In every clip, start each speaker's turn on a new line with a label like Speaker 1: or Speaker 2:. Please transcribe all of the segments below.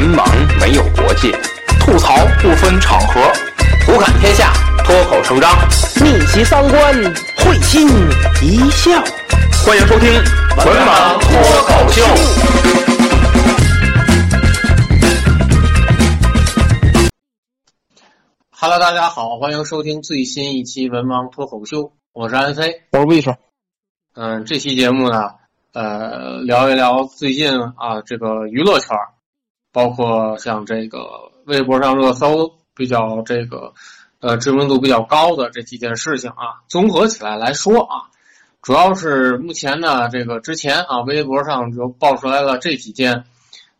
Speaker 1: 没有国界，吐槽不分场合，胡侃天下，脱口成章，
Speaker 2: 逆袭三观，会心一笑。
Speaker 1: 欢迎收听《文盲脱口秀》。
Speaker 3: Hello，大家好，欢迎收听最新一期《文盲脱口秀》，我是安飞。
Speaker 2: 我是魏叔，
Speaker 3: 嗯，这期节目呢，呃，聊一聊最近啊这个娱乐圈儿，包括像这个微博上热搜比较这个呃知名度比较高的这几件事情啊，综合起来来说啊，主要是目前呢这个之前啊微博上就爆出来了这几件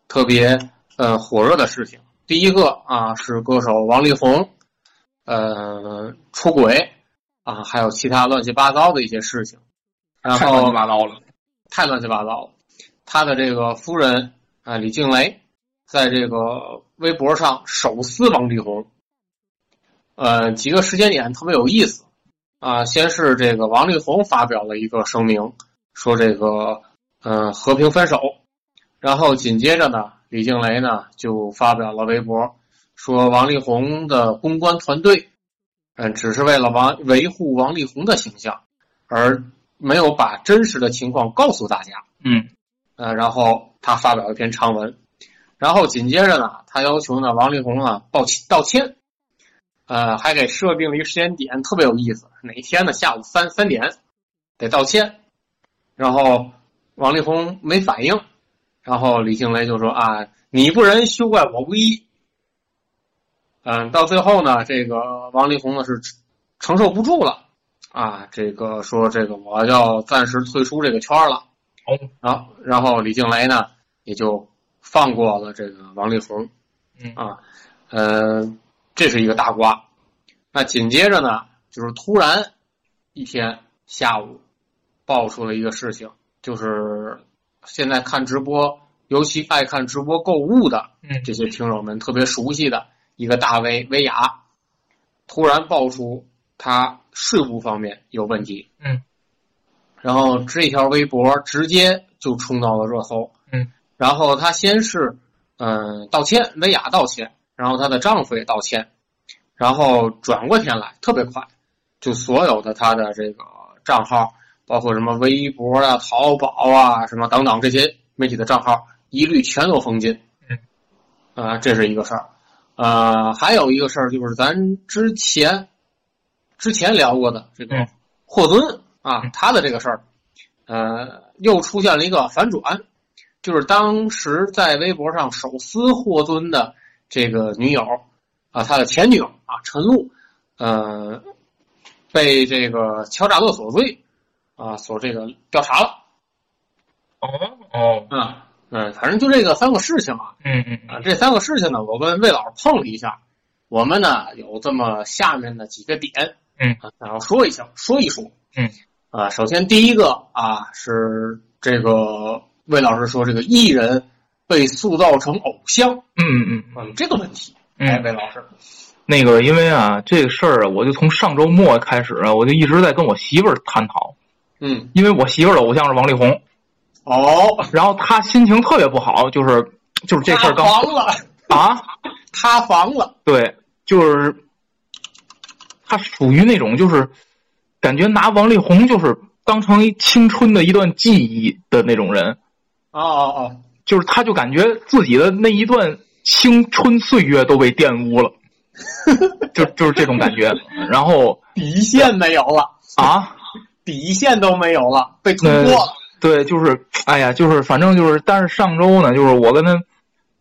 Speaker 3: 特别呃火热的事情。第一个啊是歌手王力宏，呃出轨啊，还有其他乱七八糟的一些事情。然
Speaker 4: 太
Speaker 3: 后
Speaker 4: 乱七八糟了。
Speaker 3: 太乱七八糟了。他的这个夫人啊、李静蕾，在这个微博上手撕王力宏，呃，几个时间点特别有意思啊、先是这个王力宏发表了一个声明，说这个呃和平分手，然后紧接着呢，李静蕾呢就发表了微博，说王力宏的公关团队，嗯、只是为了王维护王力宏的形象，而没有把真实的情况告诉大家。
Speaker 4: 嗯，
Speaker 3: 呃，然后他发表一篇长文，然后紧接着呢，他要求呢王力宏啊道歉道歉，呃，还给设定了一个时间点，特别有意思，哪一天呢？下午三三点得道歉，然后王力宏没反应，然后李静蕾就说啊，你不仁，休怪我无依。嗯，到最后呢，这个王力宏呢是承受不住了，啊，这个说这个我要暂时退出这个圈儿了。
Speaker 4: 哦
Speaker 3: 然后然后李静蕾呢也就放过了这个王力宏，
Speaker 4: 嗯
Speaker 3: 啊，呃，这是一个大瓜。那紧接着呢，就是突然一天下午爆出了一个事情，就是现在看直播，尤其爱看直播购物的
Speaker 4: 嗯
Speaker 3: 这些听友们特别熟悉的一个大 V 薇娅，突然爆出她税务方面有问题，
Speaker 4: 嗯
Speaker 3: 然后这条微博直接就冲到了热搜。
Speaker 4: 嗯，
Speaker 3: 然后她先是嗯、呃道歉，薇娅道歉，然后她的丈夫也道歉，然后转过天来特别快，就所有的她的这个账号，包括什么微博啊、淘宝啊、什么等等这些媒体的账号，一律全都封禁。
Speaker 4: 嗯，
Speaker 3: 啊、这是一个事儿。呃，还有一个事儿就是咱之前之前聊过的这个
Speaker 4: 嗯
Speaker 3: 霍尊啊
Speaker 4: 嗯，
Speaker 3: 他的这个事儿，呃，又出现了一个反转，就是当时在微博上手撕霍尊的这个女友啊，他的前女友啊，陈露，呃，被这个敲诈勒索罪啊所这个调查了
Speaker 4: 哦哦，
Speaker 3: 啊，嗯，反正就这个三个事情啊，
Speaker 4: 嗯嗯嗯
Speaker 3: 啊，这三个事情呢，我跟魏老师碰了一下，我们呢有这么下面的几个点，
Speaker 4: 嗯
Speaker 3: 啊，然后说一下，说一说，
Speaker 4: 嗯，
Speaker 3: 啊，首先第一个啊是这个魏老师说这个艺人被塑造成偶像，
Speaker 4: 嗯嗯
Speaker 3: 嗯，这个问题，哎，
Speaker 4: 嗯，
Speaker 3: 魏老师，
Speaker 4: 那个，因为啊，这个事儿啊，我就从上周末开始啊，我就一直在跟我媳妇儿探讨，
Speaker 3: 嗯，
Speaker 4: 因为我媳妇儿的偶像是王力宏，
Speaker 3: 哦，
Speaker 4: 然后她心情特别不好，就是就是这事儿
Speaker 3: 塌
Speaker 4: 刚
Speaker 3: 房了，
Speaker 4: 啊，
Speaker 3: 塌房了，
Speaker 4: 对，就是她属于那种就是感觉拿王力宏就是当成一青春的一段记忆的那种人，
Speaker 3: 哦哦哦，
Speaker 4: 就是她就感觉自己的那一段青春岁月都被玷污了，就就是这种感觉。然后
Speaker 3: 底线没有了，
Speaker 4: 啊，
Speaker 3: 底线都没有了，被突破了，
Speaker 4: 对，就是哎呀，就是反正就是，但是上周呢，就是我跟她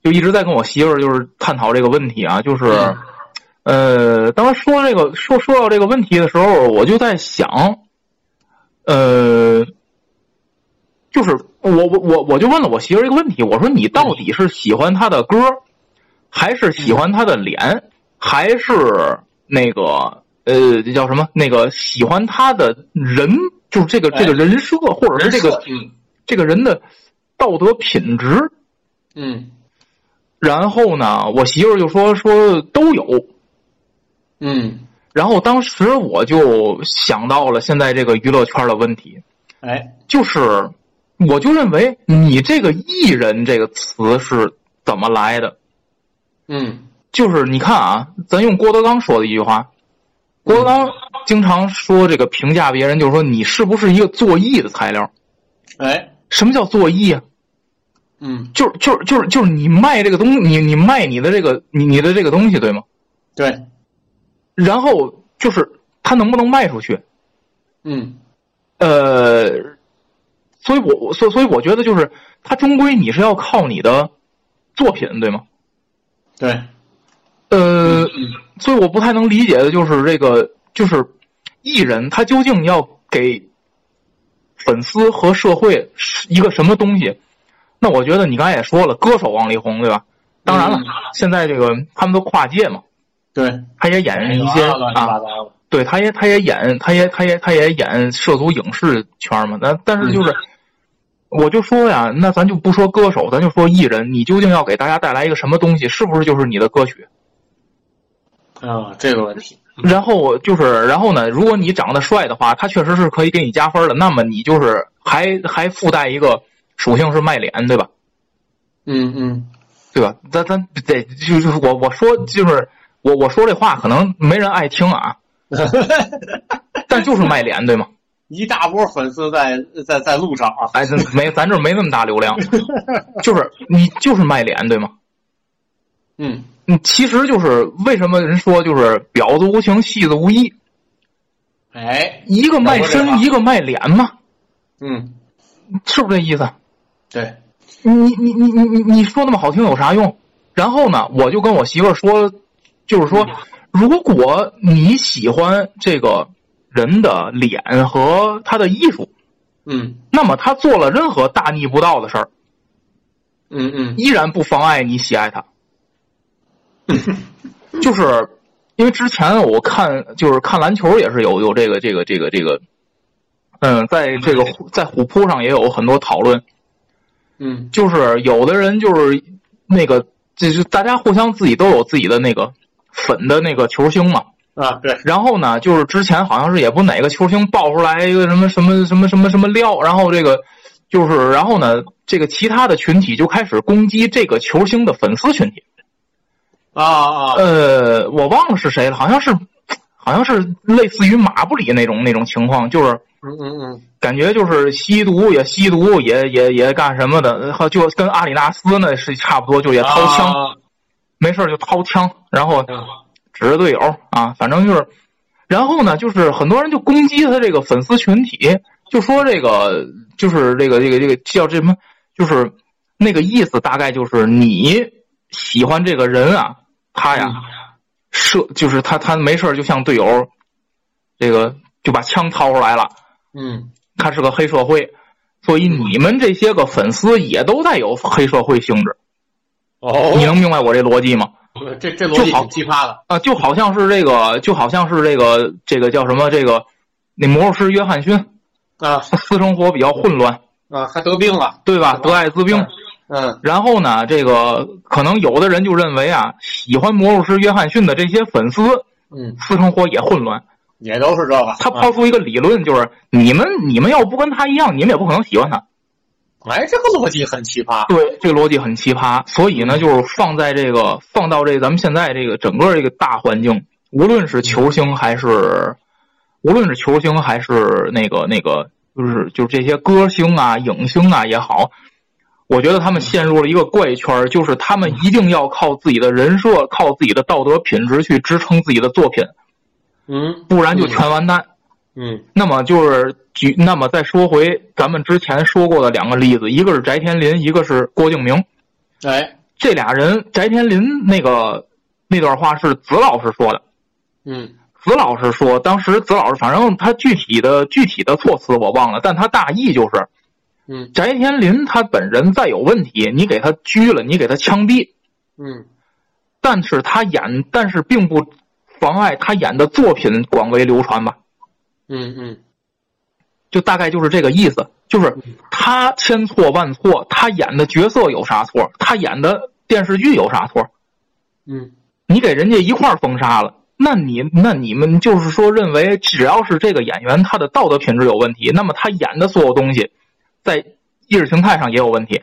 Speaker 4: 就一直在跟我媳妇儿就是探讨这个问题啊，就是。呃，当时说这个说说到这个问题的时候，我就在想，呃，就是我我我我就问了我媳妇儿一个问题，我说你到底是喜欢他的歌，还是喜欢他的脸，还是那个呃这叫什么那个喜欢他的人，就是这个这个人设，或者是这个
Speaker 3: 嗯
Speaker 4: 这个人的道德品质？
Speaker 3: 嗯
Speaker 4: 然后呢，我媳妇儿就说说都有，
Speaker 3: 嗯，
Speaker 4: 然后当时我就想到了现在这个娱乐圈的问题，
Speaker 3: 哎，
Speaker 4: 就是我就认为你这个“艺人”这个词是怎么来的？
Speaker 3: 嗯
Speaker 4: 就是你看啊，咱用郭德纲说的一句话，郭德纲经常说这个评价别人，就是说你是不是一个做艺的材料？
Speaker 3: 哎
Speaker 4: 什么叫做艺啊？
Speaker 3: 嗯
Speaker 4: 就是就是就是就是你卖这个东，你你卖你的这个你你的这个东西，对吗？
Speaker 3: 对
Speaker 4: 然后就是它能不能卖出去？
Speaker 3: 嗯
Speaker 4: 呃，所以我我所以所以我觉得就是它终归你是要靠你的作品，对吗？
Speaker 3: 对
Speaker 4: 呃，所以我不太能理解的就是这个，就是艺人他究竟要给粉丝和社会是一个什么东西？那我觉得你刚才也说了，歌手王力宏对吧？当然了，
Speaker 3: 嗯
Speaker 4: 现在这个他们都跨界嘛，
Speaker 3: 对，
Speaker 4: 他也演一些
Speaker 3: 乱七八
Speaker 4: 啊，
Speaker 3: 糟的，
Speaker 4: 对，他也他也演，他也他也他也演涉足影视圈嘛。但但是就是，我就说呀，那咱就不说歌手，咱就说艺人，你究竟要给大家带来一个什么东西？是不是就是你的歌曲？
Speaker 3: 啊，这个问题，
Speaker 4: 然后就是，然后呢，如果你长得帅的话，他确实是可以给你加分的。那么你就是还还附带一个属性是卖脸，对吧？
Speaker 3: 嗯嗯
Speaker 4: 对吧？咱咱得就是我我说就是我我说这话可能没人爱听啊，但就是卖脸，对吗？
Speaker 3: 一大波粉丝在在在路上啊，
Speaker 4: 哎，咱没咱这没那么大流量，就是你就是卖脸，对吗？
Speaker 3: 嗯
Speaker 4: 你其实就是为什么人说就是婊子无情，戏子无义，
Speaker 3: 哎
Speaker 4: 一个卖
Speaker 3: 懂我这话
Speaker 4: 身，一个卖脸嘛，
Speaker 3: 嗯
Speaker 4: 是不是这意思？
Speaker 3: 对
Speaker 4: 你你你你你你说那么好听有啥用？然后呢，我就跟我媳妇儿说，就是说，
Speaker 3: 嗯
Speaker 4: 如果你喜欢这个人的脸和他的艺术，
Speaker 3: 嗯
Speaker 4: 那么他做了任何大逆不道的事儿，
Speaker 3: 嗯嗯
Speaker 4: 依然不妨碍你喜爱他。就是因为之前我看就是看篮球也是有有这个这个这个这个，嗯，在这个在虎扑上也有很多讨论，
Speaker 3: 嗯
Speaker 4: 就是有的人就是那个，就是大家互相自己都有自己的那个粉的那个球星嘛。
Speaker 3: 啊对，
Speaker 4: 然后呢，就是之前好像是也不哪个球星爆出来一个什么什么什么什么什么料，然后这个就是然后呢，这个其他的群体就开始攻击这个球星的粉丝群体。
Speaker 3: 啊啊
Speaker 4: 呃，我忘了是谁了，好像是好像是类似于马布里那种那种情况，就是
Speaker 3: 嗯嗯嗯
Speaker 4: 感觉就是吸毒也吸毒也也也干什么的，呃就跟阿里纳斯呢是差不多，就也掏枪，
Speaker 3: 啊
Speaker 4: 没事儿就掏枪，然后
Speaker 3: 啊
Speaker 4: 指着队友啊，反正就是，然后呢，就是很多人就攻击他这个粉丝群体，就说这个就是这个这个这个叫这什么，就是那个意思，大概就是你喜欢这个人啊，他
Speaker 3: 嗯
Speaker 4: 呀射就是他他没事儿就向队友这个就把枪掏出来了。
Speaker 3: 嗯
Speaker 4: 他是个黑社会，所以你们这些个粉丝也都带有黑社会性质。
Speaker 3: 哦
Speaker 4: 你能明白我这逻辑吗？
Speaker 3: 这这逻辑挺奇葩的，
Speaker 4: 啊，就好像是这个，就好像是这个，这个叫什么？这个那魔术师约翰逊，
Speaker 3: 啊
Speaker 4: 他私生活比较混乱，
Speaker 3: 啊还得病了，
Speaker 4: 对吧？得艾滋病。
Speaker 3: 嗯
Speaker 4: 然后呢，这个可能有的人就认为啊，喜欢魔术师约翰逊的这些粉丝
Speaker 3: 嗯
Speaker 4: 私生活也混乱。
Speaker 3: 也都是这个，
Speaker 4: 他抛出一个理论，就是你们你们要不跟他一样，你们也不可能喜欢他。
Speaker 3: 哎这个逻辑很奇葩，
Speaker 4: 对，这个逻辑很奇葩，所以呢，就是放在这个放到这咱们现在这个整个这个大环境，无论是球星还是，无论是球星还是那个那个，就是就是这些歌星啊、影星啊也好，我觉得他们陷入了一个怪圈儿，就是他们一定要靠自己的人设、靠自己的道德品质去支撑自己的作品，
Speaker 3: 嗯
Speaker 4: 不然就全完蛋。
Speaker 3: 嗯
Speaker 4: 那么就是举，那么再说回咱们之前说过的两个例子，一个是翟天临，一个是郭敬明。
Speaker 3: 哎
Speaker 4: 这俩人，翟天临那个那段话是子老师说的。
Speaker 3: 嗯
Speaker 4: 子老师说，当时子老师反正他具体的具体的措辞我忘了，但他大意就是
Speaker 3: 嗯
Speaker 4: 翟天临他本人再有问题，你给他拘了，你给他枪毙，
Speaker 3: 嗯
Speaker 4: 但是他演，但是并不妨碍他演的作品广为流传吧，
Speaker 3: 嗯嗯
Speaker 4: 就大概就是这个意思，就是他千错万错，他演的角色有啥错，他演的电视剧有啥错，
Speaker 3: 嗯
Speaker 4: 你给人家一块儿封杀了，那你那你们就是说认为，只要是这个演员他的道德品质有问题，那么他演的所有东西，在意识形态上也有问题。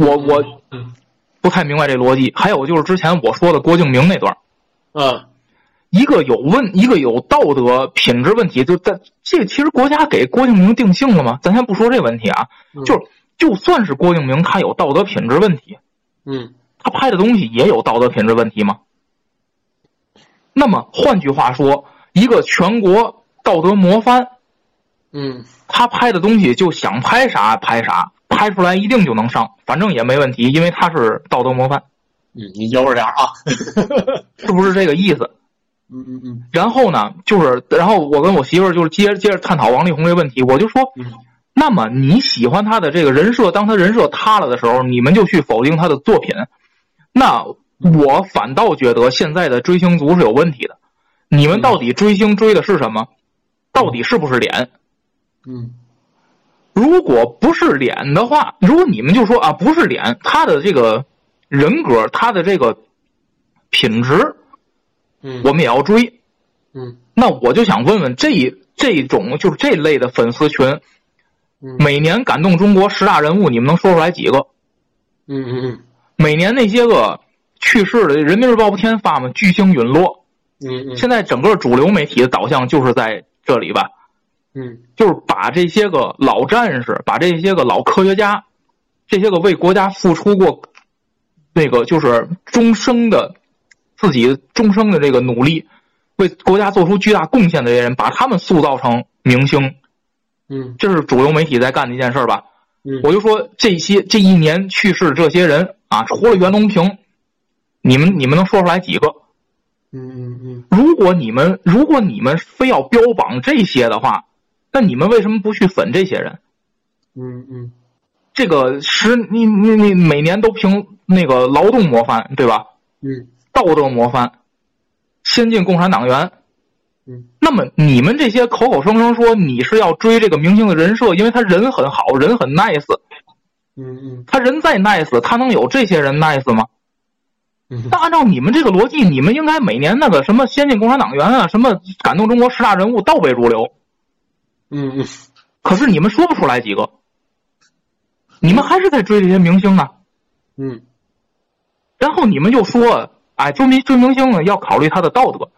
Speaker 4: 我我
Speaker 3: 嗯
Speaker 4: 不太明白这逻辑。还有就是之前我说的郭敬明那段，
Speaker 3: 嗯
Speaker 4: 一个有问，一个有道德品质问题，就在这其实国家给郭敬明定性了吗？咱先不说这问题啊，
Speaker 3: 嗯
Speaker 4: 就是就算是郭敬明他有道德品质问题，
Speaker 3: 嗯
Speaker 4: 他拍的东西也有道德品质问题吗？那么换句话说，一个全国道德模范，
Speaker 3: 嗯
Speaker 4: 他拍的东西就想拍啥拍啥，拍出来一定就能上，反正也没问题，因为他是道德模范，
Speaker 3: 嗯，你悠着点儿 啊。
Speaker 4: 是不是这个意思？
Speaker 3: 嗯嗯嗯
Speaker 4: 然后呢，就是然后我跟我媳妇儿就是接着接着探讨王力宏这个问题，我就说，
Speaker 3: 嗯
Speaker 4: 那么你喜欢他的这个人设，当他人设塌了的时候，你们就去否定他的作品。那我反倒觉得现在的追星族是有问题的。你们到底追星追的是什么？到底是不是脸？
Speaker 3: 嗯
Speaker 4: 如果不是脸的话，如果你们就说啊不是脸，他的这个人格，他的这个品质，
Speaker 3: 嗯，
Speaker 4: 我们也要追。
Speaker 3: 嗯
Speaker 4: 那我就想问问这这种就是这类的粉丝群，
Speaker 3: 嗯
Speaker 4: 每年感动中国十大人物，你们能说出来几个？
Speaker 3: 嗯嗯
Speaker 4: 每年那些个去世的，《人民日报》不天天发吗？巨星陨落。
Speaker 3: 嗯嗯
Speaker 4: 现在整个主流媒体的导向就是在这里吧，
Speaker 3: 嗯
Speaker 4: 就是把这些个老战士，把这些个老科学家，这些个为国家付出过那个就是终生的自己终生的这个努力，为国家做出巨大贡献的这些人，把他们塑造成明星，
Speaker 3: 嗯
Speaker 4: 这是主流媒体在干的一件事儿吧？
Speaker 3: 嗯
Speaker 4: 我就说这些这一年去世这些人啊，除了袁隆平，你们你们能说出来几个？
Speaker 3: 嗯嗯
Speaker 4: 如果你们如果你们非要标榜这些的话，那你们为什么不去粉这些人？
Speaker 3: 嗯嗯
Speaker 4: 这个十你你你每年都评那个劳动模范对吧？
Speaker 3: 嗯
Speaker 4: 道德模范，先进共产党员。
Speaker 3: 嗯，
Speaker 4: 那么你们这些口口声声说你是要追这个明星的人设，因为他人很好，人很 nice，
Speaker 3: 嗯
Speaker 4: 他人再 nice，他能有这些人 nice 吗？
Speaker 3: 嗯
Speaker 4: 那按照你们这个逻辑，你们应该每年那个什么先进共产党员啊，什么感动中国十大人物倒背如流，
Speaker 3: 嗯嗯，
Speaker 4: 可是你们说不出来几个，你们还是在追这些明星啊。
Speaker 3: 嗯
Speaker 4: 然后你们就说，哎，追明追明星呢，要考虑他的道德，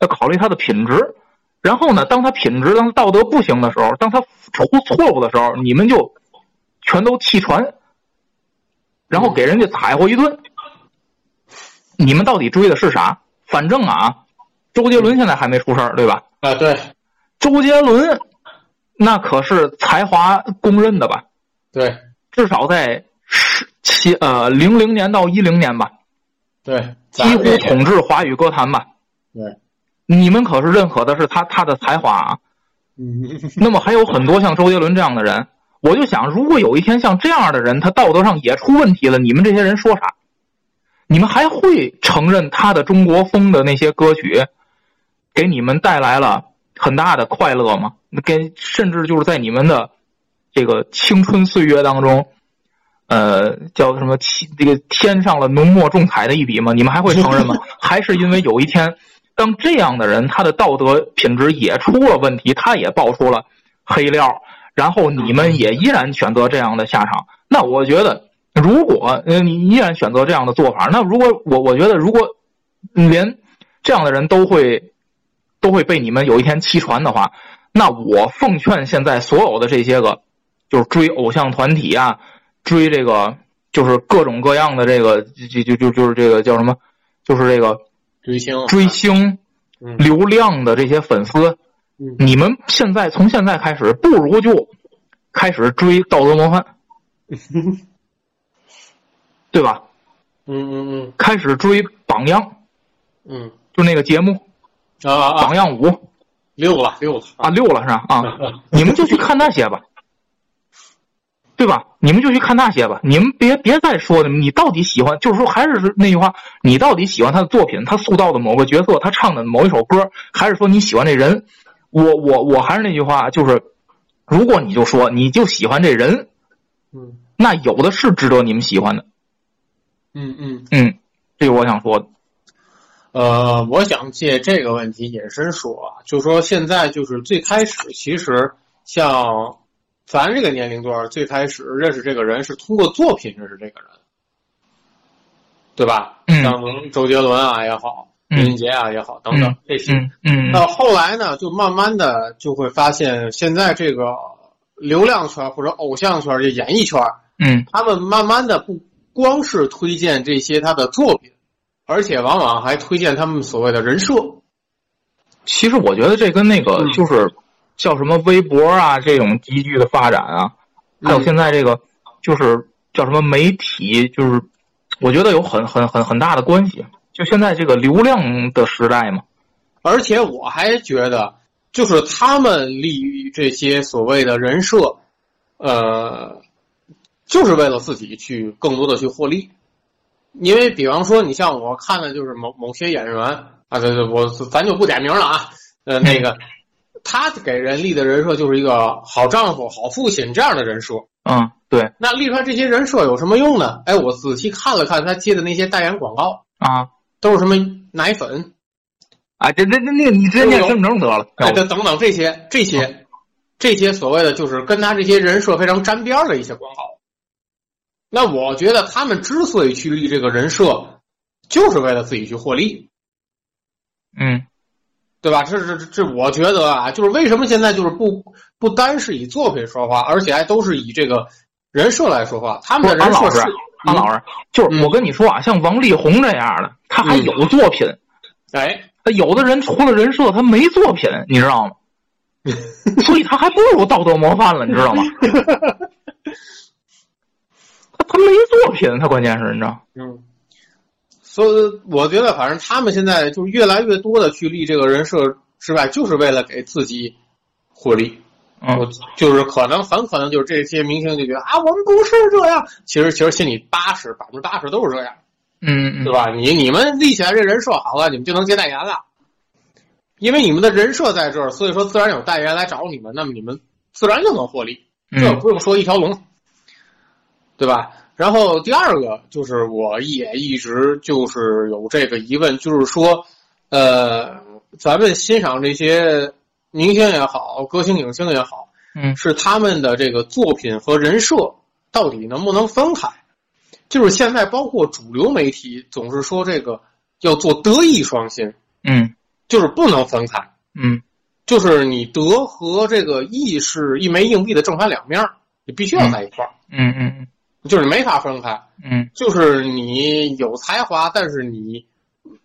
Speaker 4: 要考虑他的品质。然后呢，当他品质、当他道德不行的时候，当他出错误的时候，你们就全都弃船，然后给人家踩过一顿。你们到底追的是啥？反正啊，周杰伦现在还没出事儿，对吧？
Speaker 3: 啊对
Speaker 4: 周杰伦那可是才华公认的吧？
Speaker 3: 对
Speaker 4: 至少在十七呃零零年到一零年吧，
Speaker 3: 对，
Speaker 4: 几乎统治华语歌坛吧。
Speaker 3: 对，
Speaker 4: 你们可是认可的是他他的才华啊。
Speaker 3: 嗯
Speaker 4: 那么还有很多像周杰伦这样的人，我就想，如果有一天像这样的人，他道德上也出问题了，你们这些人说啥？你们还会承认他的中国风的那些歌曲，给你们带来了很大的快乐吗？给甚至就是在你们的这个青春岁月当中，呃，叫什么起这个添上了浓墨重彩的一笔吗？你们还会承认吗？ 还是因为有一天，当这样的人他的道德品质也出了问题，他也爆出了黑料，然后你们也依然选择这样的下场？那我觉得，如果呃你依然选择这样的做法，那如果我我觉得，如果连这样的人都会都会被你们有一天弃船的话，那我奉劝现在所有的这些个就是追偶像团体啊，追这个就是各种各样的这个就就就就是这个叫什么，就是这个
Speaker 3: 追星啊
Speaker 4: 追星
Speaker 3: 嗯、
Speaker 4: 流量的这些粉丝，
Speaker 3: 嗯
Speaker 4: 你们现在从现在开始，不如就开始追道德模范，对吧？
Speaker 3: 嗯嗯
Speaker 4: 开始追榜样，
Speaker 3: 嗯
Speaker 4: 就那个节目
Speaker 3: 嗯啊啊
Speaker 4: 榜样五
Speaker 3: 六了六了
Speaker 4: 啊，六了是吧？啊，
Speaker 3: 啊
Speaker 4: 你们就去看那些吧，对吧？你们就去看那些吧，你们别别再说了，你到底喜欢，就是说还是那句话，你到底喜欢他的作品，他塑造的某个角色，他唱的某一首歌，还是说你喜欢这人？我我我还是那句话，就是如果你就说你就喜欢这人，
Speaker 3: 嗯
Speaker 4: 那有的是值得你们喜欢的，
Speaker 3: 嗯嗯
Speaker 4: 嗯，这是我想说的，
Speaker 3: 呃，我想借这个问题延伸说啊，就说现在就是最开始其实像咱这个年龄段最开始认识这个人是通过作品认识这个人。对吧？
Speaker 4: 嗯
Speaker 3: 像周杰伦啊也好，
Speaker 4: 嗯
Speaker 3: 林俊杰啊也好，等等
Speaker 4: 嗯
Speaker 3: 这些。
Speaker 4: 嗯嗯
Speaker 3: 到后来呢，就慢慢的就会发现，现在这个流量圈或者偶像圈、这演艺圈，
Speaker 4: 嗯
Speaker 3: 他们慢慢的不光是推荐这些他的作品，而且往往还推荐他们所谓的人设。
Speaker 4: 其实我觉得这跟那个
Speaker 3: 嗯
Speaker 4: 就是叫什么微博啊这种急剧的发展啊，还有
Speaker 3: 嗯
Speaker 4: 现在这个就是叫什么媒体，就是我觉得有很很很很大的关系。就现在这个流量的时代嘛，
Speaker 3: 而且我还觉得，就是他们立于这些所谓的人设，呃，就是为了自己去更多的去获利。因为比方说，你像我看的就是某某些演员啊，对对，我咱就不点名了啊，呃，那个他给人立的人设就是一个好丈夫、好父亲这样的人设。
Speaker 4: 嗯，对
Speaker 3: 那立出来这些人设有什么用呢？哎，我仔细看了看他接的那些代言广告，
Speaker 4: 啊
Speaker 3: 都是什么奶粉，
Speaker 4: 啊，这这这那个你直接念身份证得了，
Speaker 3: 哎，等等等这些这
Speaker 4: 哦
Speaker 3: 些这些所谓的就是跟他这些人设非常沾边儿的一些广告。那我觉得他们之所以去立这个人设，就是为了自己去获利，
Speaker 4: 嗯
Speaker 3: 对吧？这这这，这我觉得啊，就是为什么现在就是不不单是以作品说话，而且还都是以这个人设来说话。他们的人
Speaker 4: 不
Speaker 3: 设
Speaker 4: 是
Speaker 3: 是，
Speaker 4: 安老师，啊就是我跟你说啊，像王力宏这样的，他还有作品，
Speaker 3: 哎，
Speaker 4: 他有的人除了人设，他没作品，你知 道吗？所以他还不如道德模范了，你知 道吗？他他没作品，他关键是你知道，
Speaker 3: 嗯，所以我觉得，反正他们现在就越来越多的去立这个人设之外，就是为了给自己获利。我
Speaker 4: 嗯，
Speaker 3: 就是可能很可能就是这些明星就觉得啊，我们不是这样，其实其实心里八十百分之八十都是这样，
Speaker 4: 嗯
Speaker 3: 对
Speaker 4: 嗯，
Speaker 3: 吧？你你们立起来这人设好了，你们就能接代言了，因为你们的人设在这儿，所以说自然有代言来找你们，那么你们自然就能获利。这
Speaker 4: 嗯
Speaker 3: 不用说一条龙，对吧？然后第二个就是，我也一直就是有这个疑问，就是说，呃，咱们欣赏这些明星也好，歌星、影星也好，
Speaker 4: 嗯
Speaker 3: 是他们的这个作品和人设到底能不能分开？就是现在，包括主流媒体总是说这个要做德艺双馨，
Speaker 4: 嗯
Speaker 3: 就是不能分开，
Speaker 4: 嗯
Speaker 3: 就是你德和这个艺是一枚硬币的正反两面儿，你必须要在一块儿。
Speaker 4: 嗯嗯
Speaker 3: 就是没法分开，
Speaker 4: 嗯
Speaker 3: 就是你有才华，但是你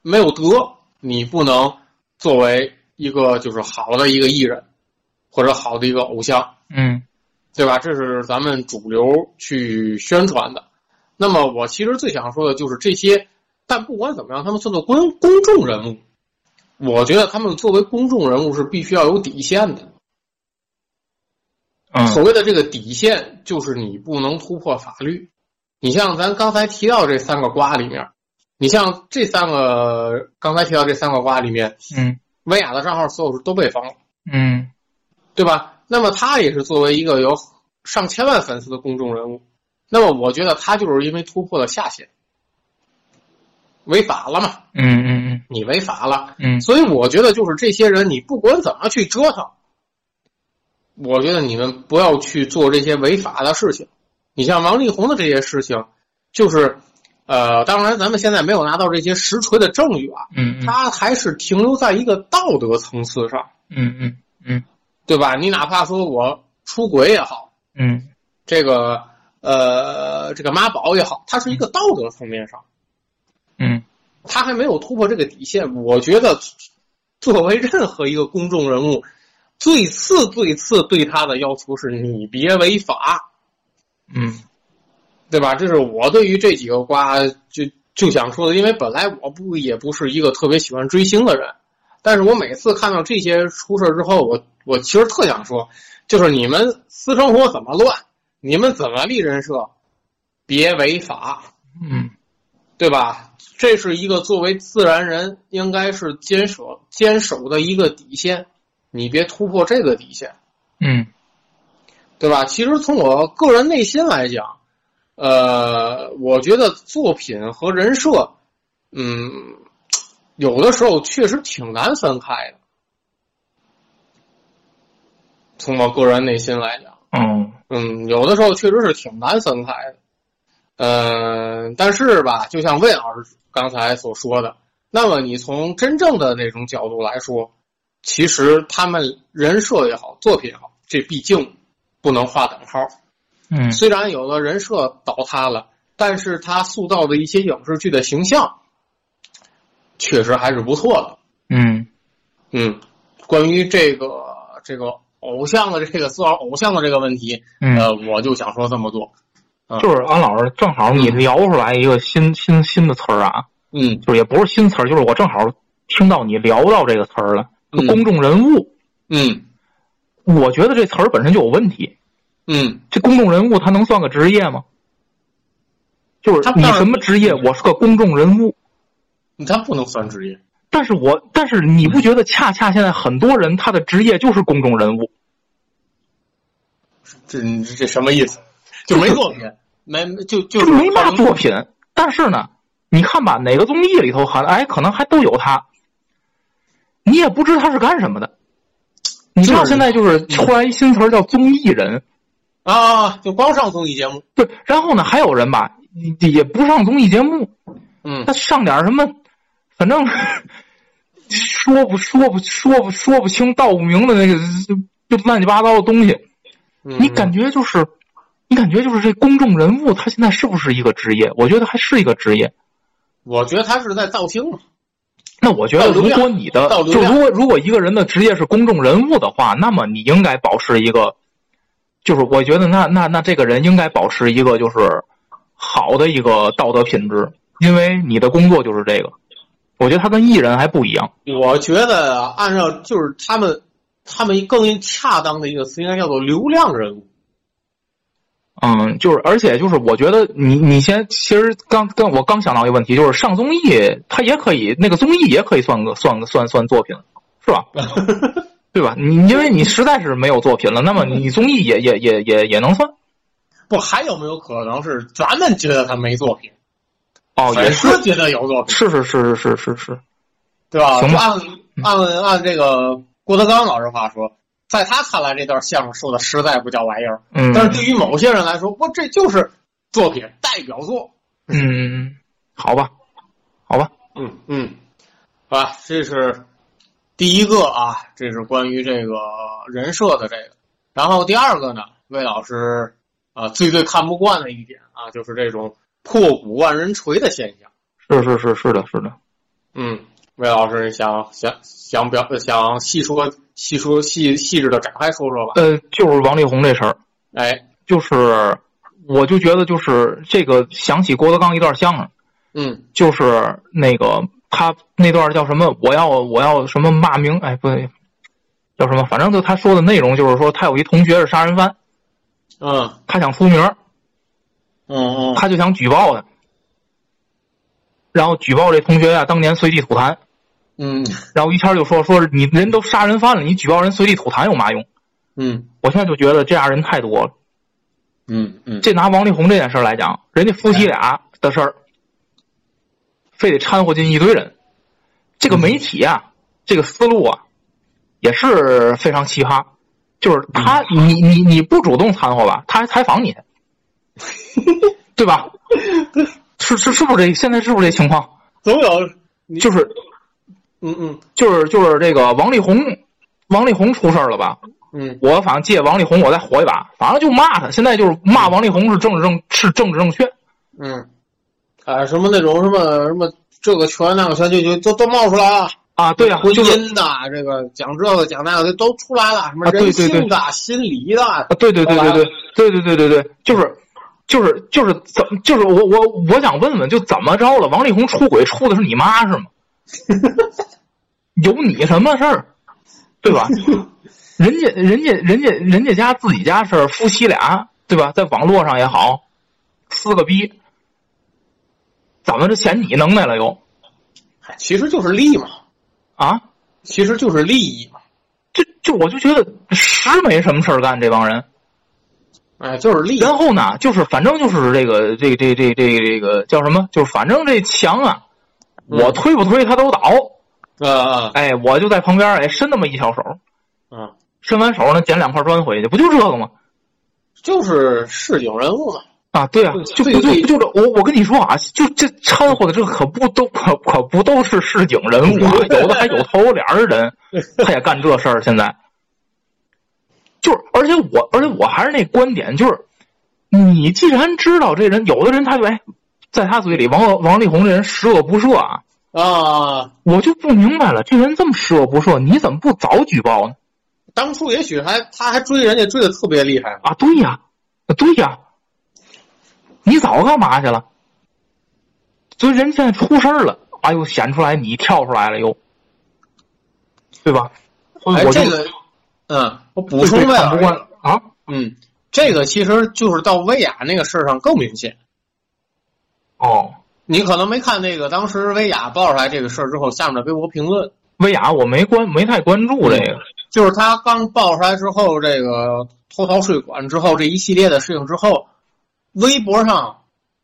Speaker 3: 没有德，你不能作为一个就是好的一个艺人，或者好的一个偶像，
Speaker 4: 嗯
Speaker 3: 对吧？这是咱们主流去宣传的。那么我其实最想说的就是这些，但不管怎么样，他们算作公公众人物，我觉得他们作为公众人物是必须要有底线的。所
Speaker 4: 嗯
Speaker 3: 谓的这个底线，就是你不能突破法律。你像咱刚才提到这三个瓜里面，你像这三个刚才提到这三个瓜里面，
Speaker 4: 嗯
Speaker 3: 薇娅的账号所有都被封了，
Speaker 4: 嗯
Speaker 3: 对吧？那么他也是作为一个有上千万粉丝的公众人物，那么我觉得他就是因为突破了下限，违法了嘛？
Speaker 4: 嗯
Speaker 3: 你违法了，
Speaker 4: 嗯
Speaker 3: 所以我觉得就是这些人，你不管怎么去折腾，我觉得你们不要去做这些违法的事情。你像王力宏的这些事情，就是呃，当然咱们现在没有拿到这些实锤的证据啊，
Speaker 4: 嗯
Speaker 3: 他还是停留在一个道德层次上，
Speaker 4: 嗯
Speaker 3: 对吧？你哪怕说我出轨也好，
Speaker 4: 嗯
Speaker 3: 这个呃这个妈宝也好，它是一个道德层面上。
Speaker 4: 嗯
Speaker 3: 他还没有突破这个底线。我觉得，作为任何一个公众人物，最次最次对他的要求是你别违法，
Speaker 4: 嗯
Speaker 3: 对吧？这是我对于这几个瓜就就想说的，因为本来我不也不是一个特别喜欢追星的人，但是我每次看到这些出事之后，我我其实特想说，就是你们私生活怎么乱，你们怎么立人设，别违法。
Speaker 4: 嗯
Speaker 3: 对吧？这是一个作为自然人应该是坚守坚守的一个底线，你别突破这个底线，
Speaker 4: 嗯
Speaker 3: 对吧？其实从我个人内心来讲，呃，我觉得作品和人设，嗯，有的时候确实挺难分开的。从我个人内心来讲，
Speaker 4: 哦
Speaker 3: 嗯，有的时候确实是挺难分开的。呃，但是吧，就像魏老师刚才所说的，那么你从真正的那种角度来说，其实他们人设也好，作品也好，这毕竟不能画等号。
Speaker 4: 嗯
Speaker 3: 虽然有的人设倒塌了，但是他塑造的一些影视剧的形象，确实还是不错的。
Speaker 4: 嗯
Speaker 3: 嗯，关于这个这个偶像的这个塑造偶像的这个问题，
Speaker 4: 嗯，
Speaker 3: 呃，我就想说这么多。
Speaker 4: 就是安老师，正好你聊出来一个新新新的词儿啊，
Speaker 3: 嗯，
Speaker 4: 就是也不是新词儿，就是我正好听到你聊到这个词儿了，就
Speaker 3: 嗯
Speaker 4: 公众人物。
Speaker 3: 嗯
Speaker 4: 我觉得这词儿本身就有问题。
Speaker 3: 嗯
Speaker 4: 这公众人物他能算个职业吗？就是
Speaker 3: 他
Speaker 4: 你
Speaker 3: 当然
Speaker 4: 什么职业？我是个公众人物，
Speaker 3: 嗯，他不能算职业。
Speaker 4: 但是我但是你不觉得恰恰现在很多人他的职业就是公众人物？
Speaker 3: 这这什么意思？就没作品，没就就
Speaker 4: 就是没嘛
Speaker 3: 可能
Speaker 4: 作品。但是呢，你看吧，哪个综艺里头还哎，可能还都有他，你也不知他是干什么的。你知道
Speaker 3: 就是嗯
Speaker 4: 现在就是突然一新词儿叫综艺人，
Speaker 3: 啊，就光上综艺节目。
Speaker 4: 对，然后呢还有人吧，也也不上综艺节目，
Speaker 3: 嗯
Speaker 4: 他上点儿什么，反正说不说不说不说不清道不明的那个就就乱七八糟的东西，
Speaker 3: 嗯，
Speaker 4: 你感觉就是，你感觉就是这公众人物他现在是不是一个职业？我觉得还是一个职业。
Speaker 3: 我觉得他是在造星嘛。
Speaker 4: 那我觉得，
Speaker 3: 到流
Speaker 4: 如
Speaker 3: 量
Speaker 4: 果你的
Speaker 3: 到流
Speaker 4: 就
Speaker 3: 量
Speaker 4: 如果如果一个人的职业是公众人物的话，那么你应该保持一个，就是我觉得那那那这个人应该保持一个就是好的一个道德品质，因为你的工作就是这个。我觉得他跟艺人还不一样。
Speaker 3: 我觉得按照就是他们，他们更恰当的一个词应该叫做流量人物。
Speaker 4: 嗯，就是，而且就是，我觉得你你先，其实刚刚我刚想到一个问题，就是上综艺，它也可以，那个综艺也可以算个算个算算作品，是吧？对吧？你因为你实在是没有作品了，那么你综艺也也也也也能算
Speaker 3: 不，还有没有可能是咱们觉得他没作品，
Speaker 4: 哦，也
Speaker 3: 粉
Speaker 4: 是，
Speaker 3: 丝觉得有作品，
Speaker 4: 是是是是是是，
Speaker 3: 对吧？
Speaker 4: 行
Speaker 3: 就
Speaker 4: 吧
Speaker 3: 按按按这个郭德纲老师话说，在他看来，这段相声说的实在不叫玩意儿。
Speaker 4: 嗯，
Speaker 3: 但是对于某些人来说，不，这就是作品代表作。
Speaker 4: 嗯，好吧，好吧，
Speaker 3: 嗯嗯，好吧，这是第一个啊，这是关于这个人设的这个。然后第二个呢，魏老师啊、最最看不惯的一点啊，就是这种破鼓万人锤的现象。
Speaker 4: 是是是是的，是的，
Speaker 3: 嗯，魏老师想想想表想细说细说细细致的展开说说吧。
Speaker 4: 呃，就是王力宏这事儿，
Speaker 3: 哎，
Speaker 4: 就是我就觉得就是这个想起郭德纲一段相声。
Speaker 3: 嗯
Speaker 4: 就是那个他那段叫什么？我要我要什么骂名？哎，不对，叫什么？反正就他说的内容就是说，他有一同学是杀人犯，
Speaker 3: 嗯
Speaker 4: 他想出名儿，
Speaker 3: 嗯嗯
Speaker 4: 他就想举报他，然后举报这同学呀、当年随地吐痰，
Speaker 3: 嗯
Speaker 4: 然后于谦儿就说说你人都杀人犯了，你举报人随地吐痰有嘛用？
Speaker 3: 嗯
Speaker 4: 我现在就觉得这样人太多了。
Speaker 3: 嗯嗯，
Speaker 4: 这拿王力宏这件事儿来讲，人家夫妻俩的事儿，非得掺和进一堆人，这个媒体啊，这个思路啊，也是非常奇葩。就是他，
Speaker 3: 嗯
Speaker 4: 你你你不主动掺和吧，他还采 访你，对吧？是是是不是这现在是不是这情况？
Speaker 3: 总有你
Speaker 4: 就是
Speaker 3: 嗯嗯
Speaker 4: 就是就是这个王力宏，王力宏出事儿了吧？
Speaker 3: 嗯
Speaker 4: 我反正借王力宏我再火一把，反正就骂他。现在就是骂王力宏是政治正是政治正确，
Speaker 3: 嗯，啊，什么那种什么什么这个圈那个圈就就都都冒出来了。
Speaker 4: 啊，对呀、
Speaker 3: 婚
Speaker 4: 就是
Speaker 3: 姻的这个讲这个讲那个的都出来了，什么
Speaker 4: 啊对
Speaker 3: 人
Speaker 4: 对对
Speaker 3: 性的、心理的，
Speaker 4: 啊，对对对对对对对对对对，就是就是就是怎么就是我我我想问问，就怎么着了？王力宏出轨出的是你妈是吗？有你什么事儿，对吧？人家人家人家人家家自己家事儿，夫妻俩对吧？在网络上也好，撕个逼，怎么就显你能耐了又
Speaker 3: 哎其实就是利嘛，
Speaker 4: 啊？
Speaker 3: 其实就是利益嘛，
Speaker 4: 这这我就觉得实没什么事儿干，这帮人。
Speaker 3: 哎，就是利益。
Speaker 4: 然后呢，就是反正就是这个这这这这这个叫什么？就是反正这墙啊，
Speaker 3: 嗯
Speaker 4: 我推不推它都倒。
Speaker 3: 啊
Speaker 4: 哎，我就在旁边哎伸那么一小手，
Speaker 3: 啊，
Speaker 4: 伸完手呢捡两块砖回去，不就这个吗？
Speaker 3: 就是市井人物嘛。
Speaker 4: 啊，对啊，就
Speaker 3: 对
Speaker 4: 就
Speaker 3: 对
Speaker 4: 就这，我我跟你说啊，就这掺和的这可不都可可不都是市井人物啊，有的还有头有脸儿的人，他也干这事儿。现在就是，而且我而且我还是那观点，就是你既然知道这人，有的人他就哎，在他嘴里王王力宏这人十恶不赦啊，
Speaker 3: 啊，
Speaker 4: 我就不明白了，这人这么十恶不赦，你怎么不早举报呢？
Speaker 3: 当初也许还他还追人家追的特别厉害嘛，
Speaker 4: 啊，对呀，对呀，你早干嘛去了？所以人现在出事儿了，哎呦，显出来你跳出来了又，对吧？所以
Speaker 3: 哎，
Speaker 4: 我就
Speaker 3: 这个，嗯，我补
Speaker 4: 对
Speaker 3: 充
Speaker 4: 对
Speaker 3: 呗
Speaker 4: 看不，惯啊，
Speaker 3: 嗯，这个其实就是到薇娅那个事儿上更明显。
Speaker 4: 哦，
Speaker 3: 你可能没看那个，当时薇娅爆出来这个事儿之后，下面的微博评论
Speaker 4: 薇娅我没关没太关注这个，
Speaker 3: 就是她刚爆出来之后，这个偷逃税馆之后这一系列的事情之后，微博上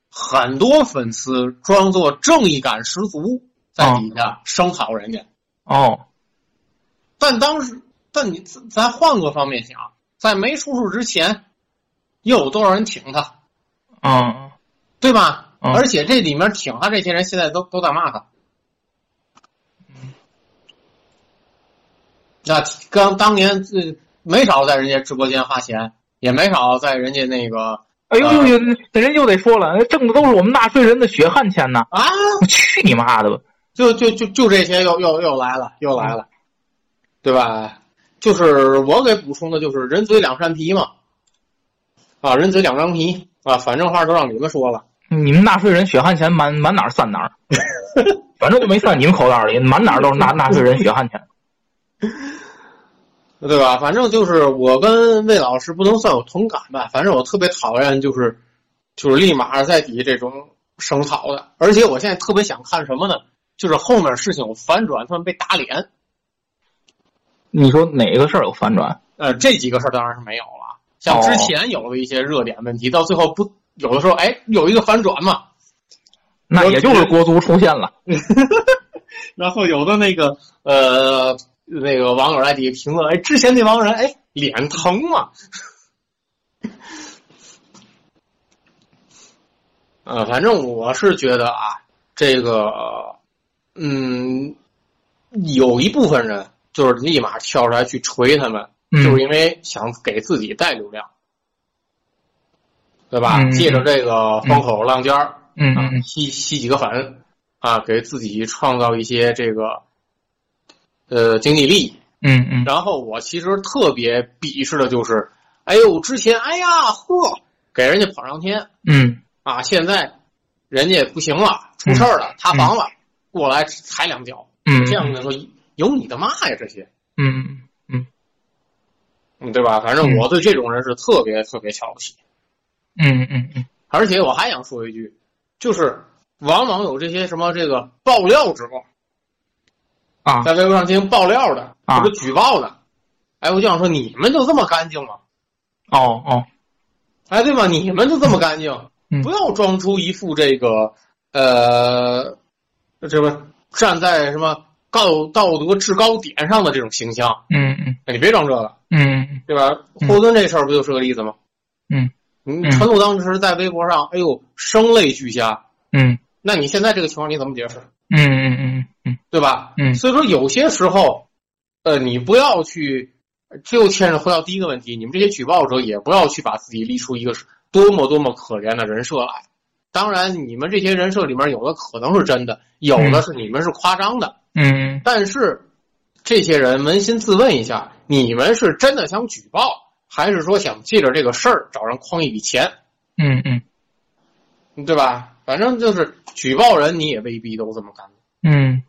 Speaker 3: 很多粉丝装作正义感十足，在底下声讨人家。
Speaker 4: 哦，
Speaker 3: 但当时，但你咱咱换个方面想，在没出事之前，又有多少人挺他，
Speaker 4: 嗯，
Speaker 3: 对吧？
Speaker 4: 嗯
Speaker 3: 而且这里面挺他这些人现在都都在骂他。那刚当年这没少在人家直播间花钱，也没少在人家那个
Speaker 4: 哎呦呦呦，那人又得说了，哎挣的都是我们纳税人的血汗钱呐！
Speaker 3: 啊，
Speaker 4: 我去你妈的吧！
Speaker 3: 就就就就这些又又又来了，又来了，对吧？就是我给补充的，就是人嘴两扇皮嘛，啊，人嘴两张皮啊，反正话都让你们说了，
Speaker 4: 你们纳税人血汗钱满满哪儿散哪 儿，反正就没散你们口袋里，满哪儿都是纳纳税人血汗钱。
Speaker 3: 对吧？反正就是我跟魏老师不能算有同感吧，反正我特别讨厌就是就是立马在底下这种声讨的，而且我现在特别想看什么呢？就是后面事情有反转，他们被打脸，
Speaker 4: 你说哪个事儿有反转？
Speaker 3: 呃，这几个事儿当然是没有了。像之前有了一些热点问题，到最后不有的时候，哎，有一个反转嘛，
Speaker 4: 那也就是国足出现了。
Speaker 3: 然后有的那个呃那个网友在底下评论，哎，之前那帮人哎脸疼啊嘛， 呃，反正我是觉得啊，这个嗯，有一部分人就是立马跳出来去锤他们，就
Speaker 4: 嗯
Speaker 3: 是因为想给自己带流量，对吧？
Speaker 4: 嗯
Speaker 3: 借着这个风口浪尖儿，
Speaker 4: 嗯嗯
Speaker 3: 啊吸吸几个粉啊，给自己创造一些这个呃经济利益。
Speaker 4: 嗯嗯
Speaker 3: 然后我其实特别鄙视的就是，哎呦，之前哎呀呵，给人家跑上天
Speaker 4: 嗯
Speaker 3: 啊，现在人家不行了，出事儿了，塌房了，过来踩两脚，
Speaker 4: 嗯，
Speaker 3: 这样的说有你的妈呀，这些，
Speaker 4: 嗯
Speaker 3: 嗯，对吧？反正我对这种人是特别特别瞧不起。
Speaker 4: 嗯嗯嗯
Speaker 3: 而且我还想说一句，就是往往有这些什么这个爆料者
Speaker 4: 啊
Speaker 3: 在微博上进行爆料的
Speaker 4: 啊
Speaker 3: 或者举报的，哎，我就想说你们就这么干净吗？
Speaker 4: 哦哦
Speaker 3: 哎，对吧？你们就这么干净，
Speaker 4: 嗯
Speaker 3: 不要装出一副这个呃，这不站在什么道道德制高点上的这种形象，
Speaker 4: 嗯嗯
Speaker 3: 哎你别装这个。
Speaker 4: 嗯
Speaker 3: 对吧？
Speaker 4: 嗯
Speaker 3: 霍尊这事儿不就是个例子吗？
Speaker 4: 嗯，
Speaker 3: 你
Speaker 4: 嗯
Speaker 3: 陈露当时在微博上，哎呦，声泪俱下。
Speaker 4: 嗯
Speaker 3: 那你现在这个情况你怎么解释？
Speaker 4: 嗯嗯嗯
Speaker 3: 对吧？
Speaker 4: 嗯
Speaker 3: 所以说有些时候，呃，你不要去，这又牵扯回到第一个问题，你们这些举报者也不要去把自己立出一个多么多么可怜的人设来。当然，你们这些人设里面有的可能是真的，有的是你们是夸张的，
Speaker 4: 嗯
Speaker 3: 但是这些人扪心自问一下，你们是真的想举报，还是说想借着这个事儿找人诓一笔钱，
Speaker 4: 嗯嗯
Speaker 3: 对吧？反正就是举报人，你也未必都这么干，
Speaker 4: 嗯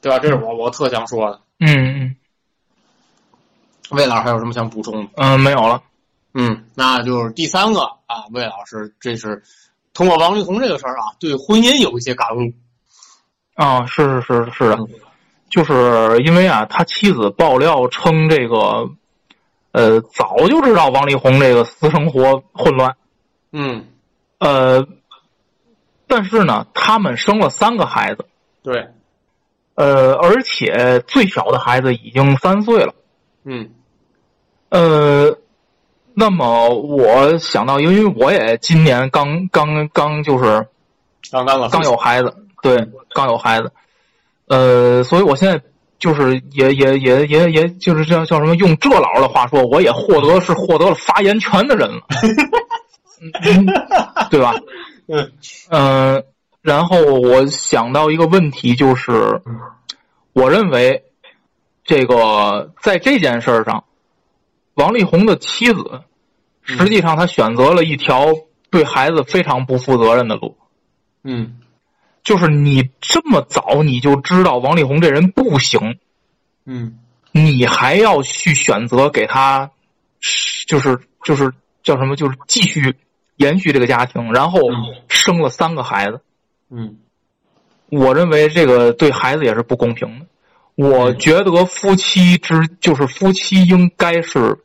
Speaker 3: 对吧？这是我我特想说的。
Speaker 4: 嗯
Speaker 3: 魏老师还有什么想补充的？
Speaker 4: 嗯，没有了。
Speaker 3: 嗯，那就是第三个啊，魏老师这是通过王力宏这个事儿啊，对婚姻有一些感悟。
Speaker 4: 啊，是是是是的，就是因为啊，他妻子爆料称这个，呃，早就知道王力宏这个私生活混乱，
Speaker 3: 嗯，
Speaker 4: 呃，但是呢，他们生了三个孩子，
Speaker 3: 对，
Speaker 4: 呃，而且最小的孩子已经三岁了，
Speaker 3: 嗯
Speaker 4: 呃，那么我想到，因为我也今年刚刚刚就是
Speaker 3: 刚刚了，
Speaker 4: 刚有孩子，对，刚有孩子，呃，所以我现在就是也也也也也就是叫叫什么，用这老的话说，我也获得是获得了发言权的人了，嗯对吧？
Speaker 3: 嗯
Speaker 4: 嗯，然后我想到一个问题，就是我认为这个在这件事儿上，王力宏的妻子实际上她选择了一条对孩子非常不负责任的路，
Speaker 3: 嗯
Speaker 4: 就是你这么早你就知道王力宏这人不行，
Speaker 3: 嗯
Speaker 4: 你还要去选择给他，就是就是叫什么，就是继续延续这个家庭，然后
Speaker 3: 嗯
Speaker 4: 生了三个孩子。
Speaker 3: 嗯
Speaker 4: 我认为这个对孩子也是不公平的。我觉得夫妻之就是夫妻应该是，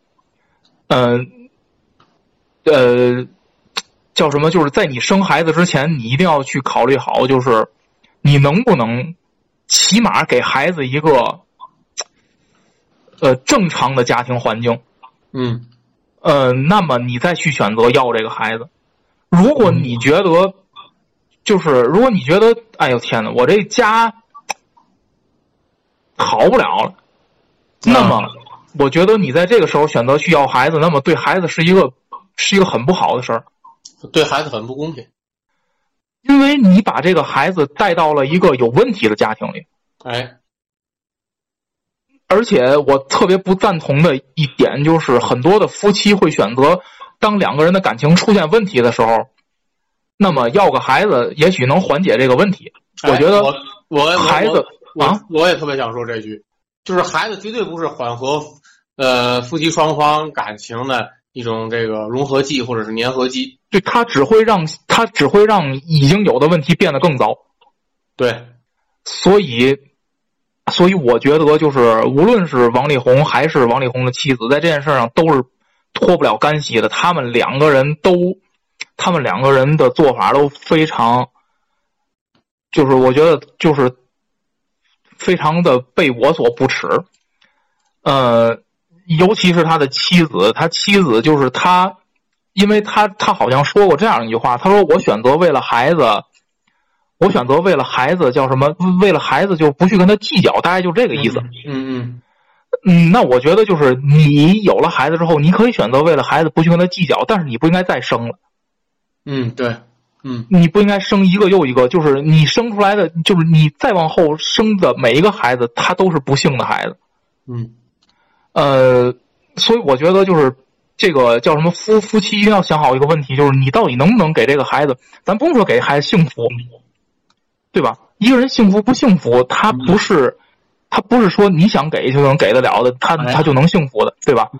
Speaker 4: 嗯、呃，叫什么？就是在你生孩子之前，你一定要去考虑好，就是你能不能起码给孩子一个呃正常的家庭环境。
Speaker 3: 嗯
Speaker 4: 呃，那么你再去选择要这个孩子。如果你觉得，就是如果你觉得，哎呦天哪，我这家好不了了，那么我觉得你在这个时候选择去要孩子，那么对孩子是一个是一个很不好的事儿，
Speaker 3: 对孩子很不公平。
Speaker 4: 因为你把这个孩子带到了一个有问题的家庭里。
Speaker 3: 哎，
Speaker 4: 而且我特别不赞同的一点就是，很多的夫妻会选择，当两个人的感情出现问题的时候，那么要个孩子也许能缓解这个问题。我觉得
Speaker 3: 哎我我
Speaker 4: 孩子
Speaker 3: 我
Speaker 4: 啊
Speaker 3: 我也特别想说这句，就是孩子绝对不是缓和呃夫妻双方感情的一种这个融合剂或者是粘合剂。
Speaker 4: 对他只会让他只会让已经有的问题变得更糟。
Speaker 3: 对，
Speaker 4: 所以，所以我觉得就是，无论是王力宏还是王力宏的妻子，在这件事上都是脱不了干系的。他们两个人都，他们两个人的做法都非常，就是我觉得就是非常的被我所不齿。呃，尤其是他的妻子，他妻子就是他，因为他他好像说过这样一句话，他说：“我选择为了孩子。”我选择为了孩子叫什么？为了孩子就不去跟他计较，大概就这个意思。
Speaker 3: 嗯嗯
Speaker 4: 嗯，那我觉得就是你有了孩子之后，你可以选择为了孩子不去跟他计较，但是你不应该再生了，
Speaker 3: 嗯，对，嗯
Speaker 4: 你不应该生一个又一个，就是你生出来的，就是你再往后生的每一个孩子，他都是不幸的孩子。
Speaker 3: 嗯
Speaker 4: 呃，所以我觉得就是这个叫什么夫夫妻一定要想好一个问题，就是你到底能不能给这个孩子，咱不用说给孩子幸福，对吧？一个人幸福不幸福，他不是他不是说你想给就能给得了的，他
Speaker 3: 哎
Speaker 4: 他就能幸福的，对吧？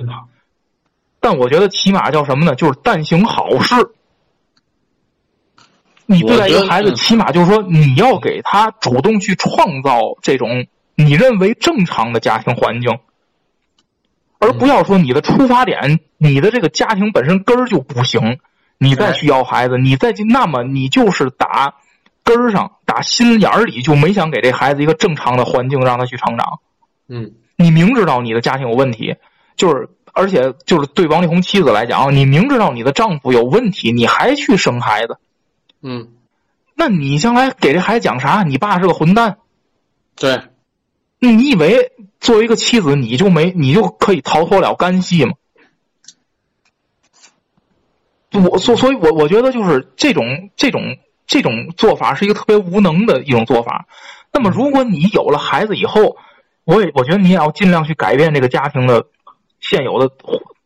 Speaker 4: 但我觉得起码叫什么呢？就是但行好事。你对待一个孩
Speaker 3: 我觉
Speaker 4: 子，
Speaker 3: 得
Speaker 4: 起码就是说你要给他主动去创造这种你认为正常的家庭环境，而不要说你的出发点，你的这个家庭本身根儿就不行，你再去要孩子，你再去，那么你就是打根儿上、打心眼儿里就没想给这孩子一个正常的环境让他去成长。
Speaker 3: 嗯
Speaker 4: 你明知道你的家庭有问题，就是而且就是对王力宏妻子来讲，你明知道你的丈夫有问题，你还去生孩子，
Speaker 3: 嗯，
Speaker 4: 那你将来给这孩子讲啥？你爸是个混蛋，
Speaker 3: 对，
Speaker 4: 你以为作为一个妻子，你就没你就可以逃脱了干系吗？我所所以我，我觉得就是这种这种这种做法是一个特别无能的一种做法。那么，如果你有了孩子以后，我也我觉得你也要尽量去改变这个家庭的现有的，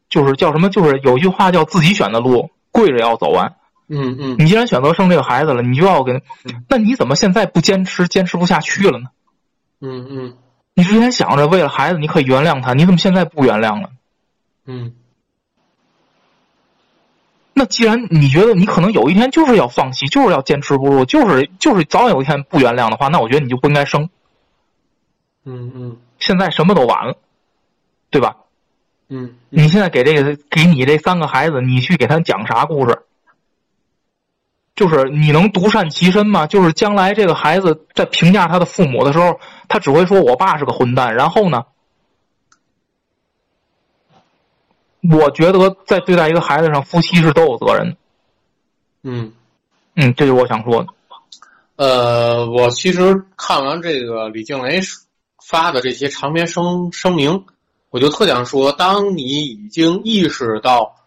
Speaker 4: 就是叫什么？就是有一句话叫“自己选的路，跪着要走完”。
Speaker 3: 嗯嗯
Speaker 4: 你既然选择生这个孩子了，你就要跟，那你怎么现在不坚持，坚持不下去了呢？
Speaker 3: 嗯嗯
Speaker 4: 你之前想着为了孩子你可以原谅他，你怎么现在不原谅了？
Speaker 3: 嗯
Speaker 4: 那既然你觉得你可能有一天就是要放弃，就是要坚持不住，就是就是早晚有一天不原谅的话，那我觉得你就不应该生。
Speaker 3: 嗯嗯
Speaker 4: 现在什么都晚了，对吧？
Speaker 3: 嗯
Speaker 4: 你现在给这个给你这三个孩子，你去给他讲啥故事？就是你能独善其身吗？就是将来这个孩子在评价他的父母的时候，他只会说我爸是个混蛋，然后呢，我觉得在对待一个孩子上，夫妻是都有责任的。
Speaker 3: 嗯，
Speaker 4: 嗯，这就是我想说的。
Speaker 3: 呃，我其实看完这个李静蕾发的这些长篇声声明，我就特想说，当你已经意识到，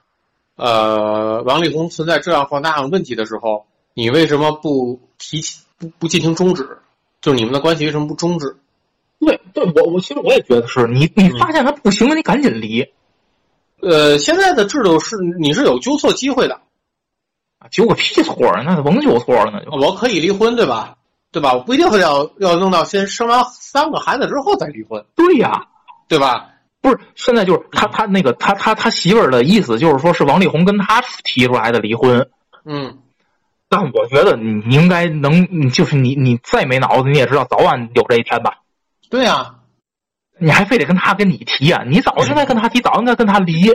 Speaker 3: 呃，王力宏存在这样或那样问题的时候，你为什么不提起不不进行终止？就是你们的关系为什么不终止？
Speaker 4: 对，对我我其实我也觉得是嗯你，你发现他不行了，你赶紧离
Speaker 3: 呃，现在的制度是你是有纠错机会的，
Speaker 4: 啊，纠个屁错儿，那甭纠错了，那就
Speaker 3: 我可以离婚，对吧？对吧？我不一定非要要弄到先生完三个孩子之后再离婚，
Speaker 4: 对呀、
Speaker 3: 对吧？
Speaker 4: 不是，现在就是他他那个他他他媳妇儿的意思就是说是王力宏跟他提出来的离婚，
Speaker 3: 嗯，
Speaker 4: 但我觉得你你应该能，你就是你你再没脑子，你也知道早晚有这一天吧。
Speaker 3: 对啊呀、
Speaker 4: 你还非得跟他跟你提啊？你早就应该跟他提，早应该跟他离。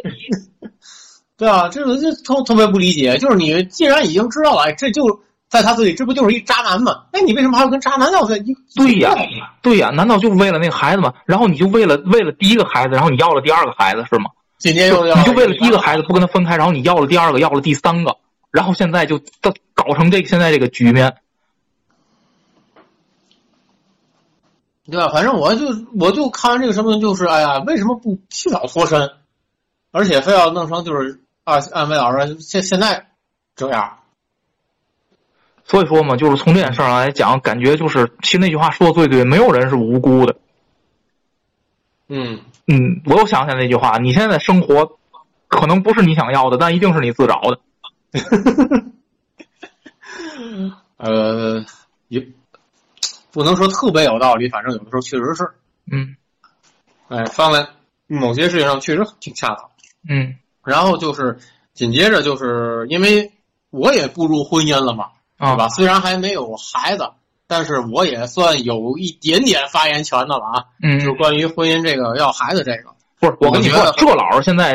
Speaker 3: 对啊，这个就特特别不理解，就是你既然已经知道了，哎这就在他嘴里，这不就是一渣男吗？那你为什么还要跟渣男要在一啊
Speaker 4: 对呀、对呀、难道就为了那个孩子吗？然后你就为了为了第一个孩子，然后你要了第二个孩子是吗？
Speaker 3: 紧接着要
Speaker 4: 你就为了第一个孩子不跟他分开，然后你要了第二个，要了第三个，然后现在就到搞成这个现在这个局面。
Speaker 3: 对吧？反正我就我就看完这个什么，就是哎呀，为什么不起早脱身，而且非要弄成就是啊，按魏老师现现在这样，
Speaker 4: 所以说嘛，就是从这件事儿上来讲，感觉就是其实那句话说的最对，没有人是无辜的。
Speaker 3: 嗯，
Speaker 4: 嗯，我又想起来那句话：你现在的生活可能不是你想要的，但一定是你自找的。
Speaker 3: 呃，也不能说特别有道理，反正有的时候确实是，
Speaker 4: 嗯
Speaker 3: 哎，放在某些事情上确实挺恰当。
Speaker 4: 嗯
Speaker 3: 然后就是紧接着就是因为我也步入婚姻了嘛，
Speaker 4: 啊
Speaker 3: 对吧？虽然还没有孩子，但是我也算有一点点发言权的了啊。
Speaker 4: 嗯，
Speaker 3: 就是关于婚姻这个要孩子这个，
Speaker 4: 不是我跟你
Speaker 3: 我觉
Speaker 4: 说
Speaker 3: 得，
Speaker 4: 这老师现在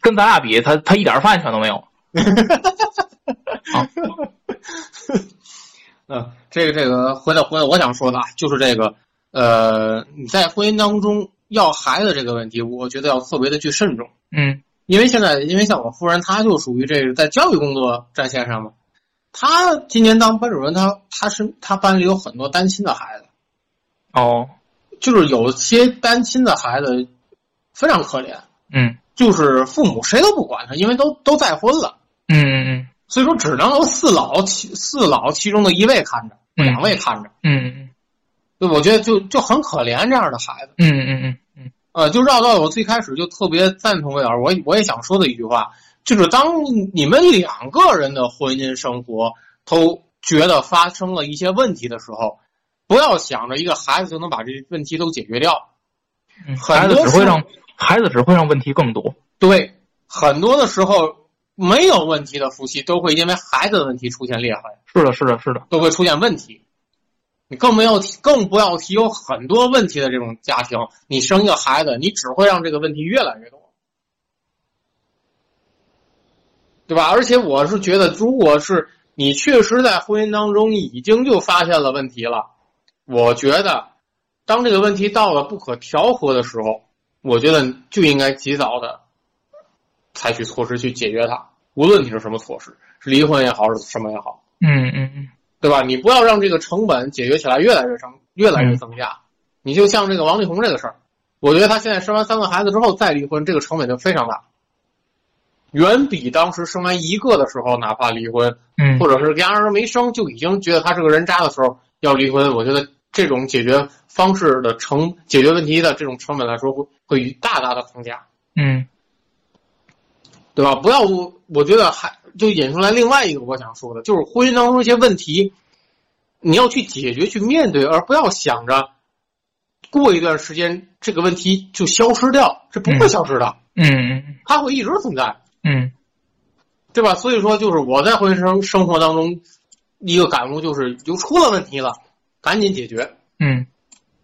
Speaker 4: 跟咱俩比，他他一点发言权都没有。啊，
Speaker 3: 嗯，这个这个回到回到我想说的啊，就是这个呃，你在婚姻当中要孩子这个问题，我觉得要特别的去慎重。
Speaker 4: 嗯
Speaker 3: 因为现在，因为像我夫人，她就属于这个在教育工作战线上嘛。她今年当班主任，她她是她班里有很多单亲的孩子，
Speaker 4: 哦
Speaker 3: 就是有些单亲的孩子非常可怜，
Speaker 4: 嗯
Speaker 3: 就是父母谁都不管他，因为都都再婚了，
Speaker 4: 嗯嗯
Speaker 3: 所以说只能由四老其四老其中的一位看着，
Speaker 4: 嗯
Speaker 3: 两位看着。
Speaker 4: 嗯
Speaker 3: 对，我觉得就就很可怜这样的孩子。
Speaker 4: 嗯嗯嗯
Speaker 3: 呃，就绕到我最开始就特别赞同魏老师，我我也想说的一句话，就是当你们两个人的婚姻生活都觉得发生了一些问题的时候，不要想着一个孩子就能把这问题都解决掉。
Speaker 4: 嗯，孩
Speaker 3: 很
Speaker 4: 子
Speaker 3: 多
Speaker 4: 只会
Speaker 3: 时候
Speaker 4: 让孩子只会让问题更多。
Speaker 3: 对，很多的时候没有问题的夫妻都会因为孩子的问题出现裂痕，
Speaker 4: 是的，是的，是的，
Speaker 3: 都会出现问题。你更没有提，更不要提有很多问题的这种家庭，你生一个孩子，你只会让这个问题越来越多，对吧？而且我是觉得，如果是你确实在婚姻当中已经就发现了问题了，我觉得当这个问题到了不可调和的时候，我觉得就应该及早的采取措施去解决它，无论你是什么措施，是离婚也好，是什么也好。
Speaker 4: 嗯嗯嗯
Speaker 3: 对吧？你不要让这个成本解决起来越来越增越来
Speaker 4: 嗯
Speaker 3: 越增加。你就像这个王力宏这个事儿，我觉得他现在生完三个孩子之后再离婚，这个成本就非常大，远比当时生完一个的时候，哪怕离婚，
Speaker 4: 嗯，
Speaker 3: 或者是压根儿没生就已经觉得他是个人渣的时候要离婚，我觉得这种解决方式的成解决问题的这种成本来说会会大大的增加。
Speaker 4: 嗯
Speaker 3: 对吧？不要，我觉得还就引出来另外一个我想说的，就是婚姻当中一些问题，你要去解决、去面对，而不要想着过一段时间这个问题就消失掉，这不会消失的，
Speaker 4: 嗯嗯
Speaker 3: 它会一直存在，
Speaker 4: 嗯
Speaker 3: 对吧？所以说，就是我在婚姻生生活当中一个感悟就是，就出了问题了，赶紧解决，
Speaker 4: 嗯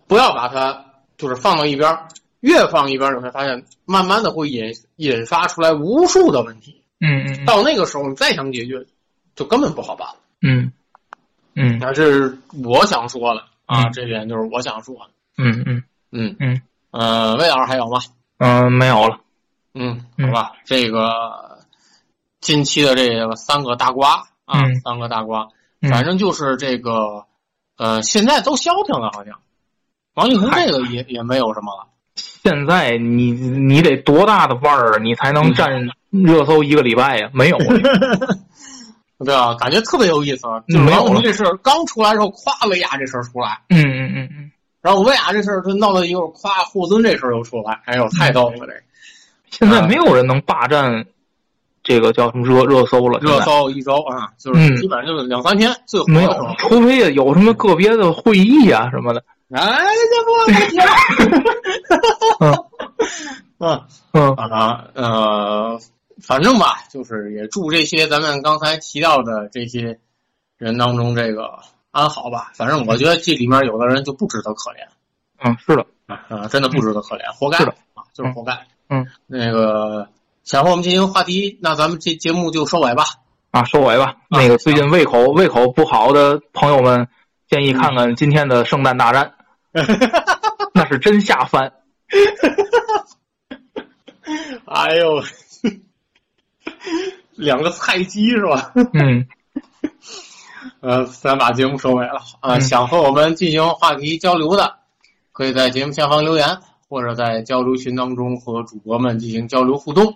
Speaker 3: 不要把它就是放到一边儿，越放一边儿，你会发现慢慢的会引引发出来无数的问题。
Speaker 4: 嗯
Speaker 3: 到那个时候你再想解决，就根本不好办了。
Speaker 4: 嗯嗯
Speaker 3: 那这是我想说的啊，
Speaker 4: 嗯
Speaker 3: 这点就是我想说的。
Speaker 4: 嗯嗯
Speaker 3: 嗯
Speaker 4: 嗯
Speaker 3: 呃，魏老师还有吗？
Speaker 4: 嗯，没有了。
Speaker 3: 嗯，
Speaker 4: 嗯
Speaker 3: 好吧，这个近期的这个三个大瓜啊，
Speaker 4: 嗯
Speaker 3: 三个大瓜，
Speaker 4: 嗯
Speaker 3: 反正就是这个，呃，现在都消停了，好像王力宏这个也也没有什么了。
Speaker 4: 现在你你得多大的腕儿，你才
Speaker 3: 嗯
Speaker 4: 能占热搜一个礼拜呀？没有，
Speaker 3: 对啊，感觉特别有意思。啊。
Speaker 4: 嗯
Speaker 3: 就是
Speaker 4: 没有
Speaker 3: 王力宏
Speaker 4: 了
Speaker 3: 这事儿刚出来的时候，夸薇娅这事儿出来，
Speaker 4: 嗯嗯嗯嗯，
Speaker 3: 然后薇娅这事儿就闹到一会儿，夸霍尊这事儿又出来，哎呦，太逗了
Speaker 4: 嗯
Speaker 3: 这个。
Speaker 4: 现
Speaker 3: 啊
Speaker 4: 在没有人能霸占这个叫什么热热搜了，
Speaker 3: 热搜一周啊，就是
Speaker 4: 嗯
Speaker 3: 基本上就是两三天最火
Speaker 4: 现在没
Speaker 3: 的时候
Speaker 4: 有，。除非有什么个别的会议啊什么的，
Speaker 3: 哎，这不我了。嗯，
Speaker 4: 嗯
Speaker 3: 啊，呃，反正吧，就是也祝这些咱们刚才提到的这些人当中这个安好吧。反正我觉得这里面有的人就不值得可怜。
Speaker 4: 嗯，是的，
Speaker 3: 啊，真的不值得可怜，活该
Speaker 4: 是的
Speaker 3: 啊，就是活该。
Speaker 4: 嗯，
Speaker 3: 那个想和我们进行话题，那咱们这节目就收尾吧。
Speaker 4: 啊，收尾吧。
Speaker 3: 啊嗯
Speaker 4: 那个最近胃口胃口不好的朋友们，建议看看今天的《圣诞 大战》那是真下饭。
Speaker 3: 哎呦， 两个菜鸡是吧？
Speaker 4: 嗯，
Speaker 3: 呃，咱把节目收尾了啊、
Speaker 4: 嗯
Speaker 3: 想和我们进行话题交流的，可以在节目下方留言，或者在交流呃群当中和主播们进行交流互动。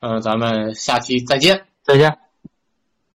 Speaker 3: 嗯、咱们下期再见。
Speaker 4: 再见。